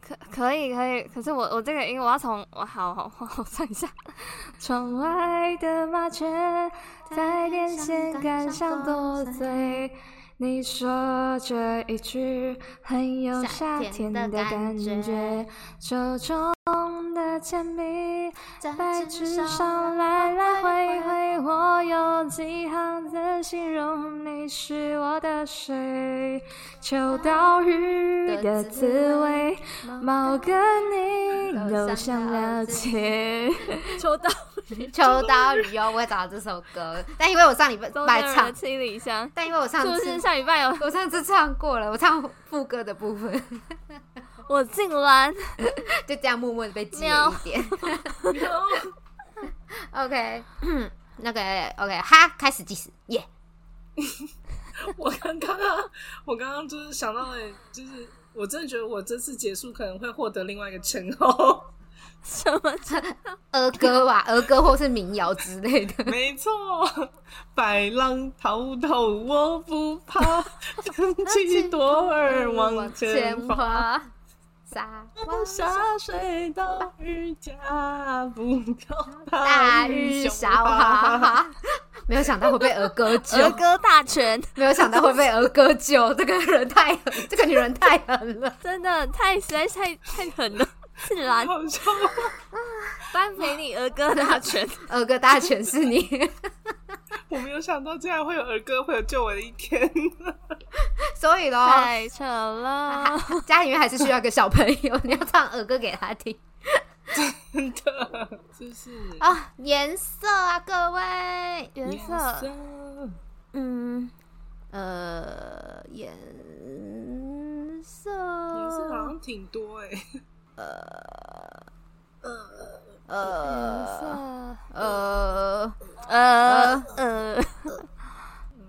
可可以可以，可是我我这个音我要从我好好好好唱一下。
窗外的麻雀在电线杆上多嘴，你说这一句很有夏天的感觉。手中的铅笔在纸上来来回回，我有几行字形容你是我的水，秋刀鱼的滋味，猫跟你都想了解。
抽到
秋刀鱼哦，我会找到这首歌，但因为我上礼拜
啊周
拜
杰伦的
唱，
七里香，
但因为我上
是不是
次
上礼拜有
我上次唱过了，我唱副歌的部分，
我竟然
就这样默默的被记了
喵
一 点。OK，那 个 OK，哈，开始计时，耶！
我刚刚啊，我刚刚就是想到了，就是我真的觉得我这次结束可能会获得另外一个称号。
什么称
儿歌吧，儿歌或是民谣之类 的。
没错，白浪滔滔我不怕， 争气多儿往前跑。
滑，撒网
下水道鱼夹不掉，
大雨小
哈
滑
哈。
滑。没有想到会被儿歌救，
儿歌大全，
没有想到会被儿歌救，这个人太狠，这个女人太狠了。
真的太实在太太狠了。自然
好笑。
颁给你儿歌大全。
二哥大全是你，
我没有想到竟然会有儿歌会有救我的一天。
所以咯，
太扯了，
家里面还是需要一个小朋友，你要唱儿歌给他听
真的， 就是
啊、颜色啊，各位，颜
颜
色，
色，
嗯，呃，颜色，
颜色好像挺多哎、
呃，呃，
呃呃，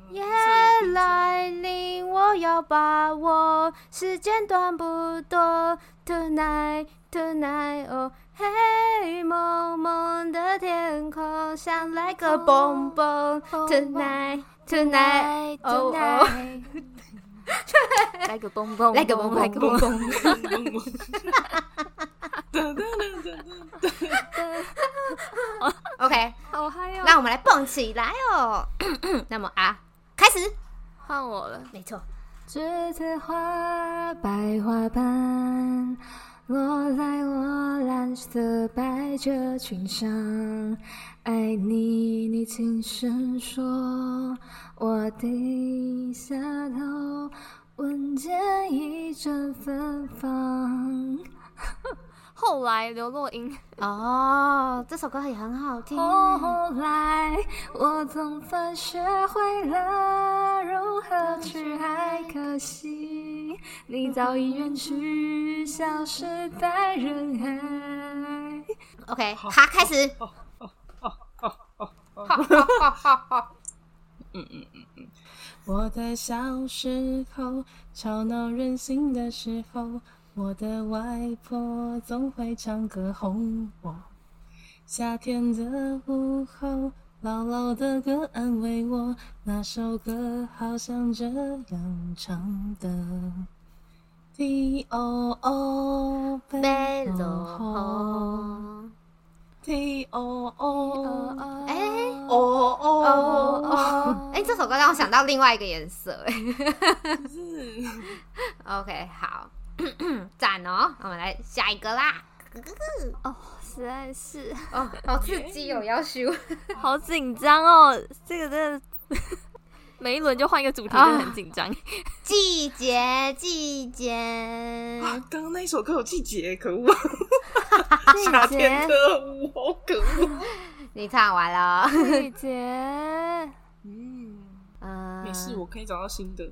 夜来临，我要把握，时间短不多，tonight tonight，哦，黑蒙蒙的天空像来个蹦蹦，tonight tonight，
来
哦
来
哦，
来个蹦蹦，
来个蹦蹦
来个蹦蹦，
，OK，
好嗨哦！
让我们来蹦起来哦。 那么啊，开始，
换我了，
没错，
栀子花白花瓣，落在我蓝色百褶裙上。爱你，你轻声说，我低下头，闻见一阵芬芳。
后来刘若英，
哦，这首歌也很哦好听。
后来，我总算学会了如何去爱，可惜你早已远去，消失在人海。
OK，好，开始。
我在小时候，吵闹任性的时候，我的外婆总会唱歌哄我。夏天的午后，姥姥的歌安慰我，那首歌好像这样唱的：T O O
贝
贝
罗
吼
红，
，T O O
哎
哦哦哦，
哦，哎，这首歌让我想到另外一个颜色，哎。OK，好， 赞哦，那我们来下一个啦。
哦，实在是
哦，好刺激哦，要修。
好紧张哦，这个真的。 每一轮就换一个主题，真的很紧张。
季节，季节，
啊，刚刚那一首歌有季节，可恶！ 夏天的午后，可恶。
你唱完了。
季节，
嗯，
嗯
没事，我可以找到新的。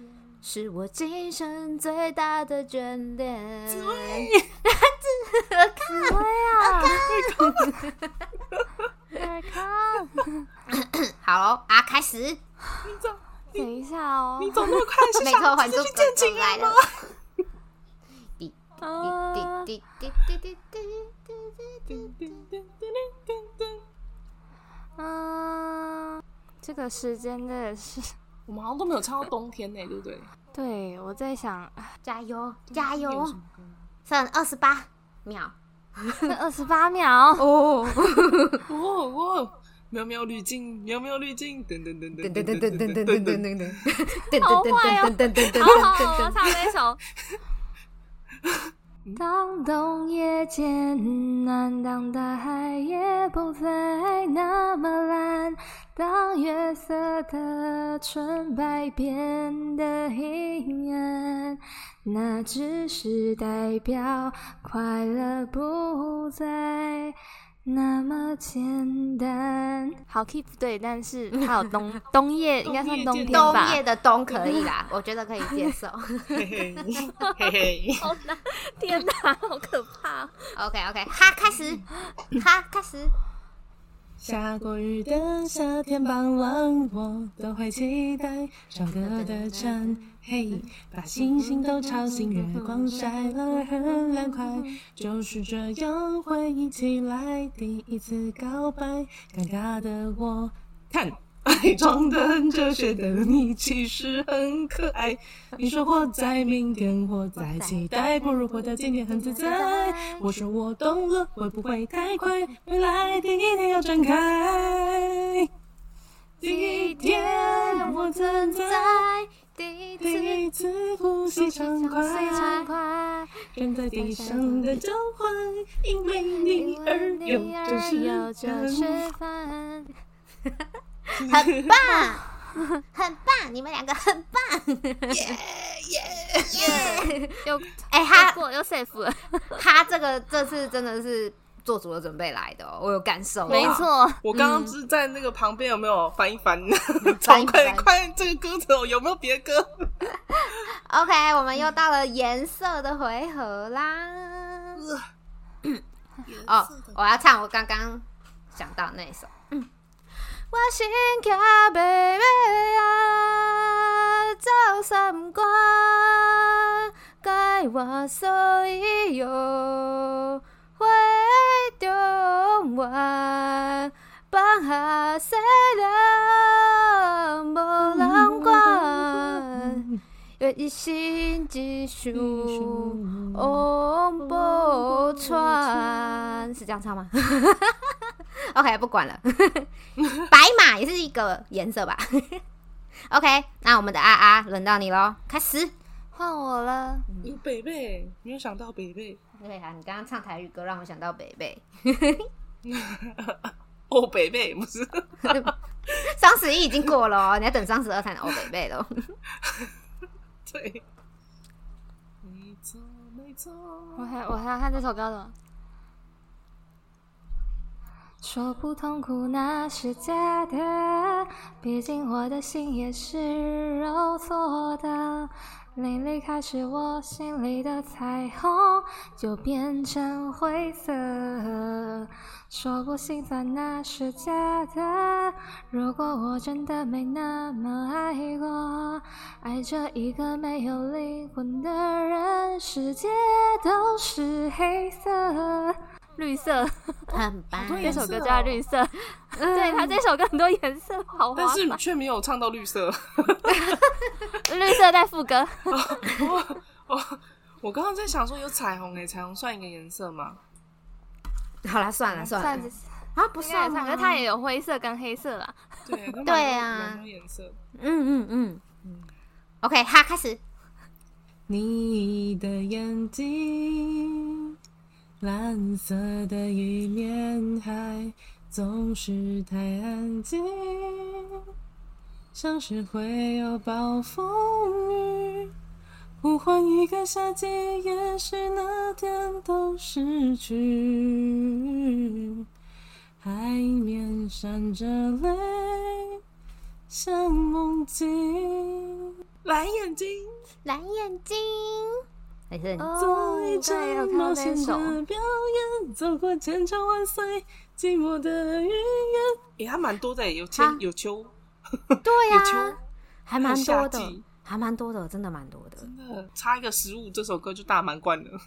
是我今生最大的眷恋。
啊 哎
好咯啊，开始。
等一下哦，
你走那么快，是
没
想
错，《还
要
珠
去
格
见
格
情》
来
人
了
吗？。
滴滴
啊
滴滴滴滴滴滴滴
叮叮叮叮叮叮叮
嗯，这个时间真的是，
我们好像都没有唱到冬天呢，对不对？
对我在想，
加油加
有
油
什！么歌
剩二十八秒
这二十八 秒，
哦，
哦哦，喵喵滤镜，喵喵滤镜，噔噔噔
噔
噔
噔
噔
噔
噔
噔噔噔噔
噔噔噔噔
噔噔
噔。
噔
好坏哦
噔噔噔噔噔噔
好好好，
噔噔
唱这首。
当冬夜渐
嗯
暖，当大海也不再那么蓝，当月色的纯白变得阴暗，那只是代表快乐不再那么简单。
好 keep 对，但是还有 冬冬夜，应该算冬天
冬
吧？
夜的冬可以啦，我觉得可以接受。
嘿嘿嘿嘿，
好难，天哪，好可怕！
OK OK，哈，开始，哈，开始。
下过雨的夏天傍晚，我都会期待唱歌的蝉，嘿，把星星都吵醒，月光晒了很凉快，就是这样回忆起来，第一次告白，尴尬的我，看爱装的很哲学的你其实很可爱。你说活在明天，活在期待，不如活在今天，很自在。我说我懂了，会不会太快？未来第一天要展开。第一天我存在，
第一次
第一次呼吸畅快，
畅快，
站在地上的交换，因为你而有，这
有
是
这
感
是饭，很棒，很棒，你们两个很棒。
又
哎、
又
他
过又 safe 了，
他这个这次真的是做足了准备来的、哦，我有感受。
没错，
我刚刚是在那个旁边有没有翻一翻？
翻
超
一翻
快快，这个歌词有没有别的歌？
OK，我们又到了颜色的回合啦。哦，我要唱我刚刚想到那一首。嗯，我心跳袂袂啊，走三关，该我所以有回中原，放下西凉无人管。愿一心只想
嗯
往不川，是这样唱吗 ？OK，不管了。 白马也是一个颜色吧 ？OK，那我们的啊啊轮到你喽，开始。
换我了。
有北北，没有想到北北，
对啊，你刚刚唱台语歌让我想到北北，
哦，北北不是，
双十一已经过了哦，你要等双十二才能哦北北喽。
对，没错没错，
我还我还要看这首歌怎么？
说不痛苦那是假的，毕竟我的心也是肉做的。你离开时，我心里的彩虹就变成灰色。说不心酸那是假的，如果我真的没那么爱过，爱着一个没有灵魂的人，世界都是黑色。
绿色，
很棒，
这首歌叫《绿色》哦嗯对它这首歌很多颜色，好滑
但是
板
却没有唱到绿色。
绿色在副 歌，
我我哦我刚刚在想说有彩虹诶，彩虹算一个颜色吗？
好啦，算了算
算
了
是
啊，不
应该也
算
唱，
吗
可是它也有灰色跟黑色啦。
对，刚刚
对啊
蛮多颜色。
嗯嗯嗯，OK，哈，开始。
你的眼睛，蓝色的一面海，总是太安静，像是会有暴风雨。呼唤一个夏季，也许那天都失去。海面闪着泪，像梦境。蓝眼睛，
蓝眼睛，还是你
做一场
对有哦看
冒
嗯到这
险
一首，
的表演，走过千山万水，寂寞的云烟。也还蛮多的，欸有千、
啊
有秋，
对 啊
有
呀、
秋，
还蛮多
还有夏
的
季，
还蛮多的，真的蛮多的。
呃差一个食物，这首歌就大满贯了。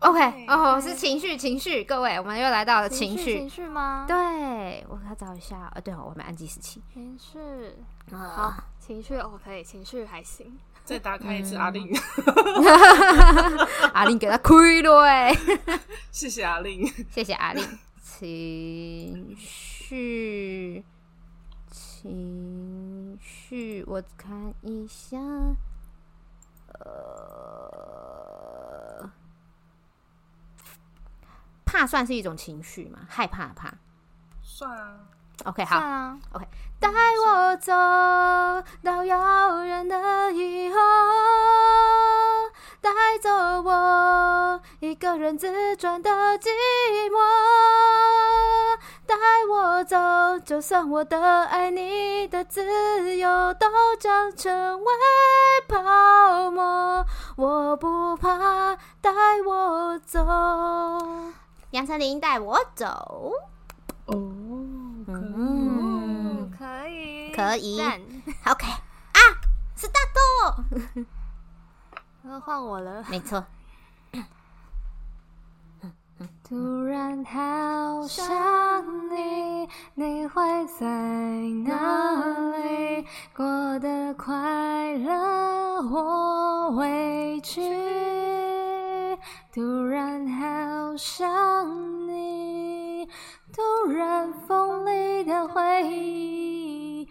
OK，哦，是情绪，情绪，各位，我们又来到了情
情
绪。
绪吗？
对，我要找一下。呃，对哦，我们按计时器。
情绪，好
啊，，
情绪哦，可以，情绪还行。
再打开一
嗯
次阿令，
阿令给他亏了哎，
谢谢阿令。
谢谢阿令。情绪，情绪，我看一下。呃，怕算是一种情绪吗？害怕的怕。
算啊，
OK，好
对。啊，
带我走到遥远的以后，带走我一个人自转的寂寞，带我走，就算我的爱你的自由都将成为泡沫，我不怕，带我走。杨丞琳带我走，
哦，
嗯
嗯，可以，
可以
赞。
，OK，啊，是大豆。
那呃换我了，
没错，
突然好想你，
你会在哪里？过得快乐，我委屈。突然好想你，突然锋利的回忆，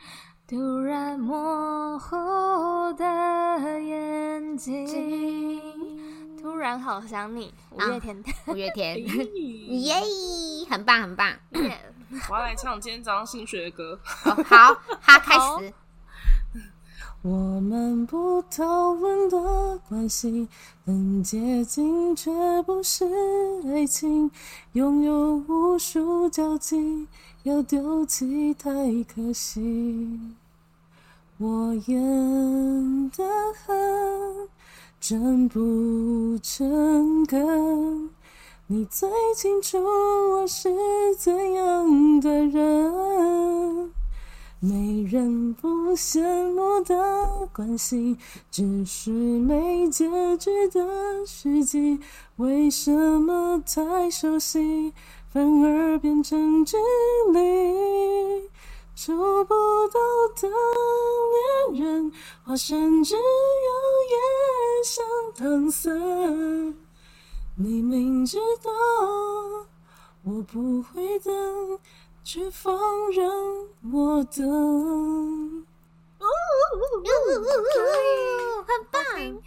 突然模糊的眼睛。
突然好想你，五
啊
月天。
五月天，
咦
耶，很棒很棒。
耶
我要来唱今天早上新学的歌。
哦、好，他开始。
我们不讨论的关系，很接近却不是爱情，拥有无数交集，要丢弃太可惜。我演得很真不诚恳，你最清楚我是怎样的人。没人不羡慕的关系，只是没结局的续集。为什么太熟悉，反而变成距离？触不到的恋人，我甚至有夜想搪塞。你明知道我不会等，却放任我等。
很棒，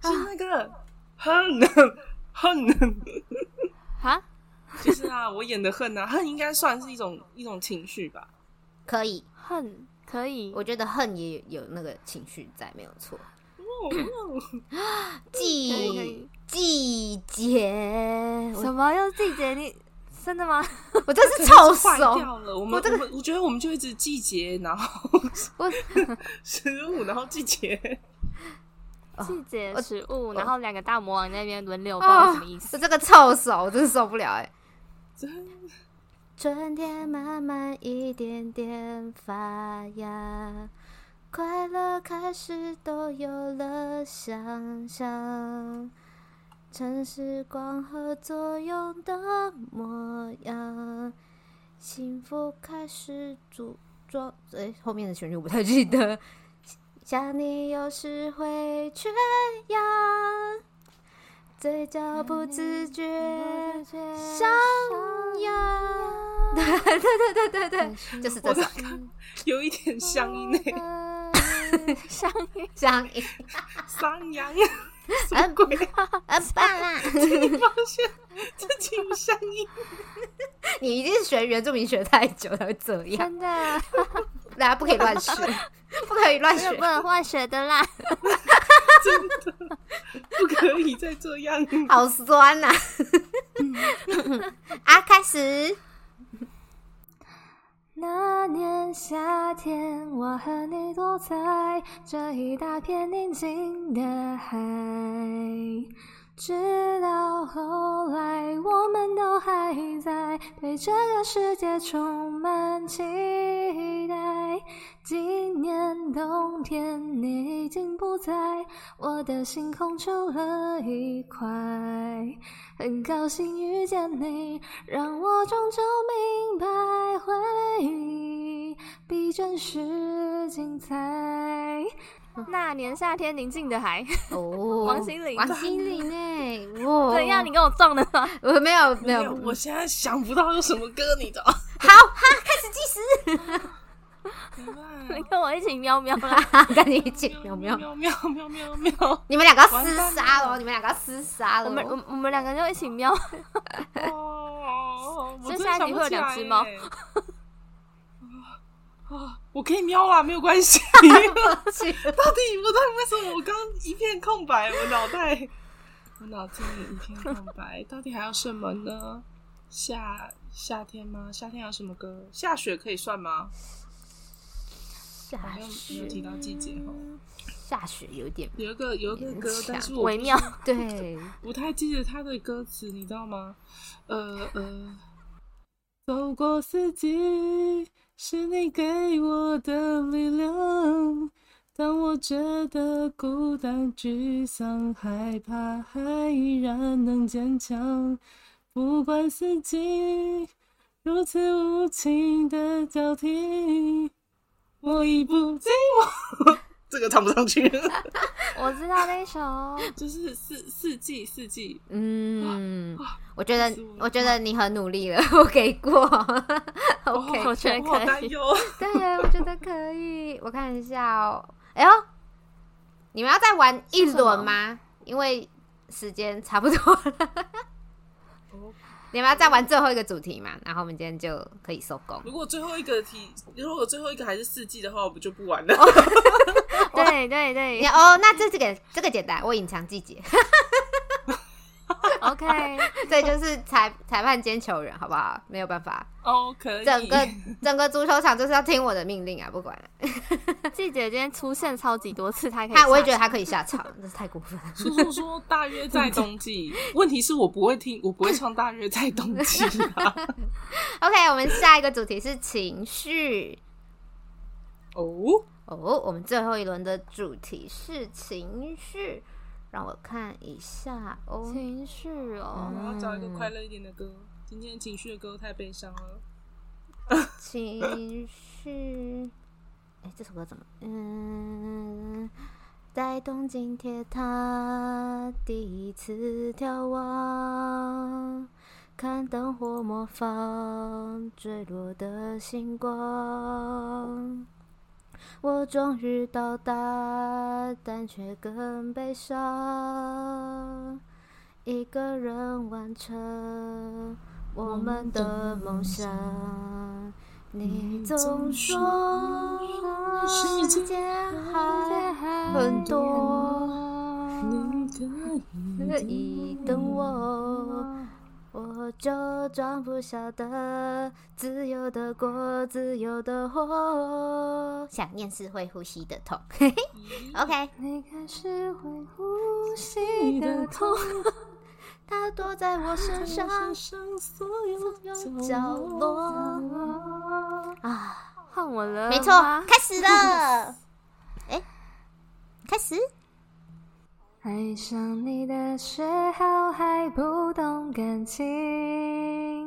是
啊
那个恨恨，
哈，
就是啊，我演的恨啊，恨应该算是一种一种情绪吧。
可以。
恨可以，
我觉得恨也有那个情绪在，没有错。季季节，
什么又季节？你真的吗？
我我真是臭
坏
手。
哦
掉了，我们我们我觉得我们就一直季节，然后
我
食物，然后季节，
季节
我
食物，然后两个大魔王那边轮流，不知道
哦
什么意，思
我。这个臭手，我真是受不了哎、
春天慢慢一点点发芽，快乐开始都有了想象，城市光合作用的模样，幸福开始组装。
诶，哎后面的旋律我不太记 得。
想你有时会缺氧，嘴角不自觉上 扬。
对对对对对， 就是这首
有一点乡音
哦
诶，
像一
这样 一
山羊，
很很棒啊啦！
发现自己有乡音，
你一定是学原住民学太久才会这样，
真的，
大家不可以乱 学，不可以乱
真
学
的不。能换血的 啦。
不可以再这 样。
好酸呐、啊！开始。
那年夏天，我和你躲在这一大片宁静的海，直到后来，我们都还在对这个世界充满期待。今年冬天，你已经不在，我的星空出了一块。很高兴遇见你，让我终究明白回忆比真实精彩。
那年夏天宁静的海，
哦，
王心凌
王心凌哎、哇！
怎样？你跟我撞的吗？
我没有没有，
我现在想不到有什么歌，你知道？
好哈，开始计时，
你跟我一起喵喵啦。
赶紧啊一起喵
喵
喵！
喵喵喵喵喵！
你们两个要厮杀了哦，你们两个要厮杀了
我
哦。
们我我们两个就一起喵。
哦，我
就
真的
下一
想
集
不
会有
起
两
来
只猫
耶。啊，我可以喵啦，没有关 系。
去
到底我到底为什么我刚一片空白？我脑袋， 我脑子里一片空白，到底还有什么呢？夏夏天吗？夏天有什么歌？下雪可以算吗？
下
没有没有提到季节哦。
下雪有点
有一个有一个歌
勉强，
但是我
微妙，
对，
不太记得他的歌词，你知道吗？呃呃，走过四季是你给我的力量，当我觉得孤单、沮丧、害怕，还依然能坚强。不管四季，
如此无情的交替，我已不寂寞。这个唱不上去，
我知道那首，
就是四四季四季，
嗯，
啊
我觉得我觉得你很努力了， 我给过
哦
，OK，
我觉得
我好
可
担
以。
忧。
对，啊我觉得可以。我看一下哦。哎呦，你们要再玩一轮吗？因为时间差不多了。
哦
你们要再玩最后一个主题嘛？然后我们今天就可以收工。
如果最后一个题，如果最后一个还是四季的话，我们就不玩了。
哦对对对
你哦，那这这个这个简单，我隐藏季节，
，OK，
对，就是裁裁判兼球人，好不好？没有办法，
哦，可以。
整个整个足球场就是要听我的命令啊，不管。
季姐今天出现超级多次，她可以下
他
场。
我也觉得他可以下 场，这是太过分了。
叔叔说大约在冬季， 问题是我不会听，我不会唱大约在冬季 啊。
OK，我们下一个主题是情绪。
哦，
哦，我们最后一轮的主题是情绪，让我看一下哦。
情绪哦，
我要找一个快乐一点的歌。今天情绪的歌太悲伤了。
情绪，哎，这首歌怎么？嗯，在东京铁塔第一次眺望，看灯火模仿坠落的星光。我终于到达，但却更悲伤。一个人完成我们的梦想。你总说世界还很多，可以等我，我就装不晓得，自由的过，自由的活。想念是会呼吸的痛。OK，
你开始会呼吸的痛，
它躲在我身上
上所有
角落啊。
换我了吗，
没错，开始了。哎、开始。
爱上你的时候还不懂感情，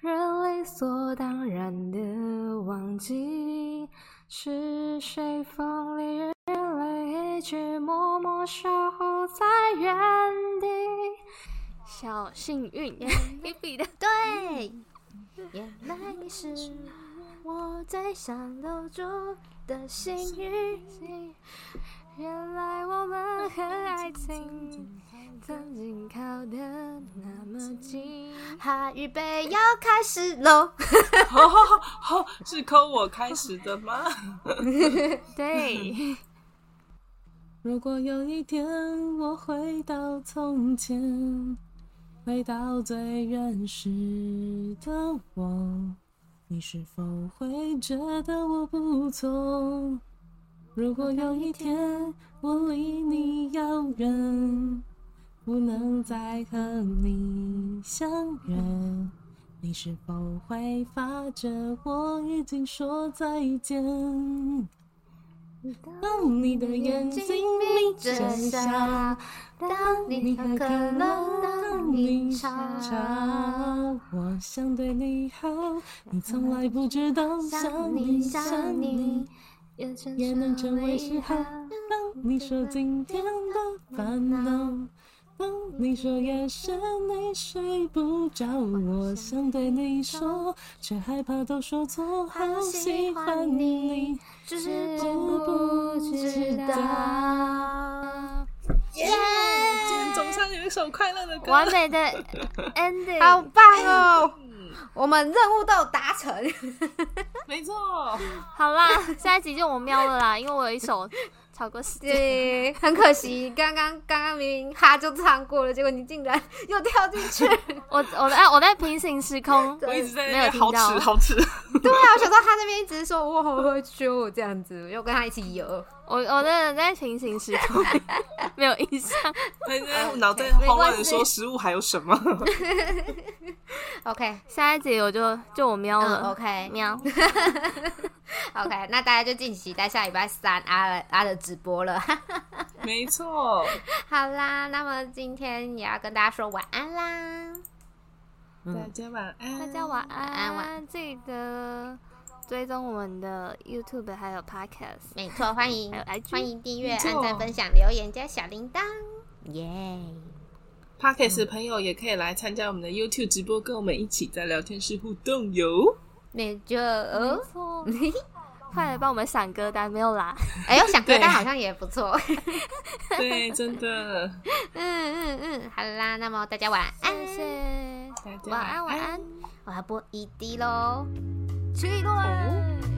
人理所当然的忘记是谁风里日泪，一直默默守护在原地。
小幸运， 你比的
对，原来你是我最想留住的幸运。
原来我们和爱情曾经靠得那么近。
哈，预备要开始喽！
好好好，好哦是扣我开始的 吗？
对，
如果有一天我回到从前，回到最原始的我，你是否会觉得我不错？如果有一天我离你遥远，不能再和你相约，你是否会发觉我已经说再见？当你的眼睛眯着笑，
当
你喝可乐当你尝尝，我想对你好，你从来不知道，想你想你，
也真
也能成为嗜好。当你说今天的烦恼，当你说夜深你睡不着，我想对你说，却害怕都说错，好喜欢你。
知
知不知
嗯
道？
今天总算有一首快乐的歌。
完美的 ending，
好棒哦！我们任务都有达成。
没错，
好啦，下一集就我喵了啦，因为我有一首超过时间。
对，很可惜，刚刚刚刚明明哈就唱过了，结果你竟然 又跳进去。
我我在我在平行时空
我一直在
没
那
有
边好
听
吃
到，
好 吃，
对啊，我想到他那边一直说我好害羞这样子，又跟他一起游。
我我真的在平行时 空没有印象。
那那脑袋慌乱的说食物还有什么？
OK，
下一集我就就我喵
嗯
了，
，OK，
喵。
OK，那大家就敬请期待下礼拜三阿的阿的直播了。
没错，
好啦，那么今天也要跟大家说晚安啦。
大家晚安，
嗯大家晚安，
安晚
记得追踪我们的 YouTube 还有 Podcast，
没错，欢迎
还有 IG
欢迎订阅、
没
按
错
赞、分享、留言加小铃铛，耶、
Pockets 的朋友也可以来参加我们的 YouTube 直播，跟我们一起在聊天室互动哟。
没哦错。
没错，快来帮我们想歌单，没有啦，
哎呦，想歌
对
单好像也不错。
对，真的，
嗯嗯嗯，好啦，那么大家晚安，
谢谢，
大家
哎晚安晚安，
E 我要播 ED 喽，起
哦
来。